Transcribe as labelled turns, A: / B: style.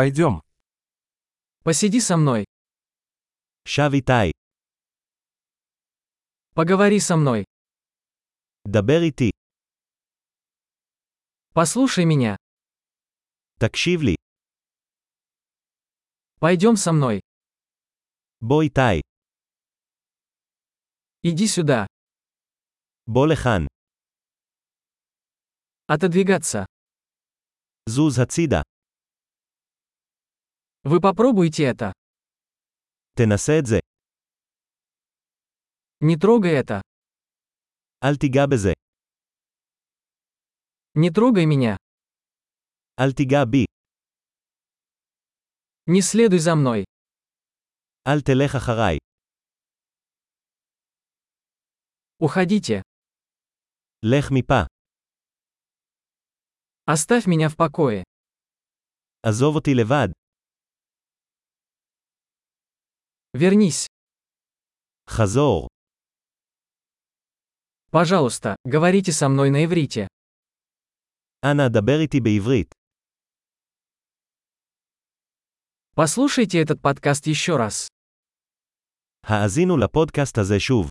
A: Пойдем.
B: Посиди со мной.
C: שב איתי,
B: Поговори со мной.
C: דבר איתי,
B: Послушай меня.
C: תקשיב לי,
B: Пойдем со мной.
C: בוא איתי,
B: Иди сюда.
C: בוא לכאן,
B: Отодвигаться.
C: זוז הצידה,
B: Вы попробуйте это.
C: תנסה את זה,
B: Не трогай это.
C: אל תיגע בזה,
B: Не трогай меня.
C: אל תיגע בי,
B: Не следуй за мной.
C: אל תלך אחריי,
B: Уходите.
C: לך מפה,
B: Оставь меня в покое.
C: עזוב אותי לבד,
B: Вернись.
C: חזור,
B: Пожалуйста, говорите со мной на иврите.
C: אנא דבר איתי בעברית,
B: Послушайте этот подкаст еще раз.
C: האזינו לפודקאסט הזה שוב.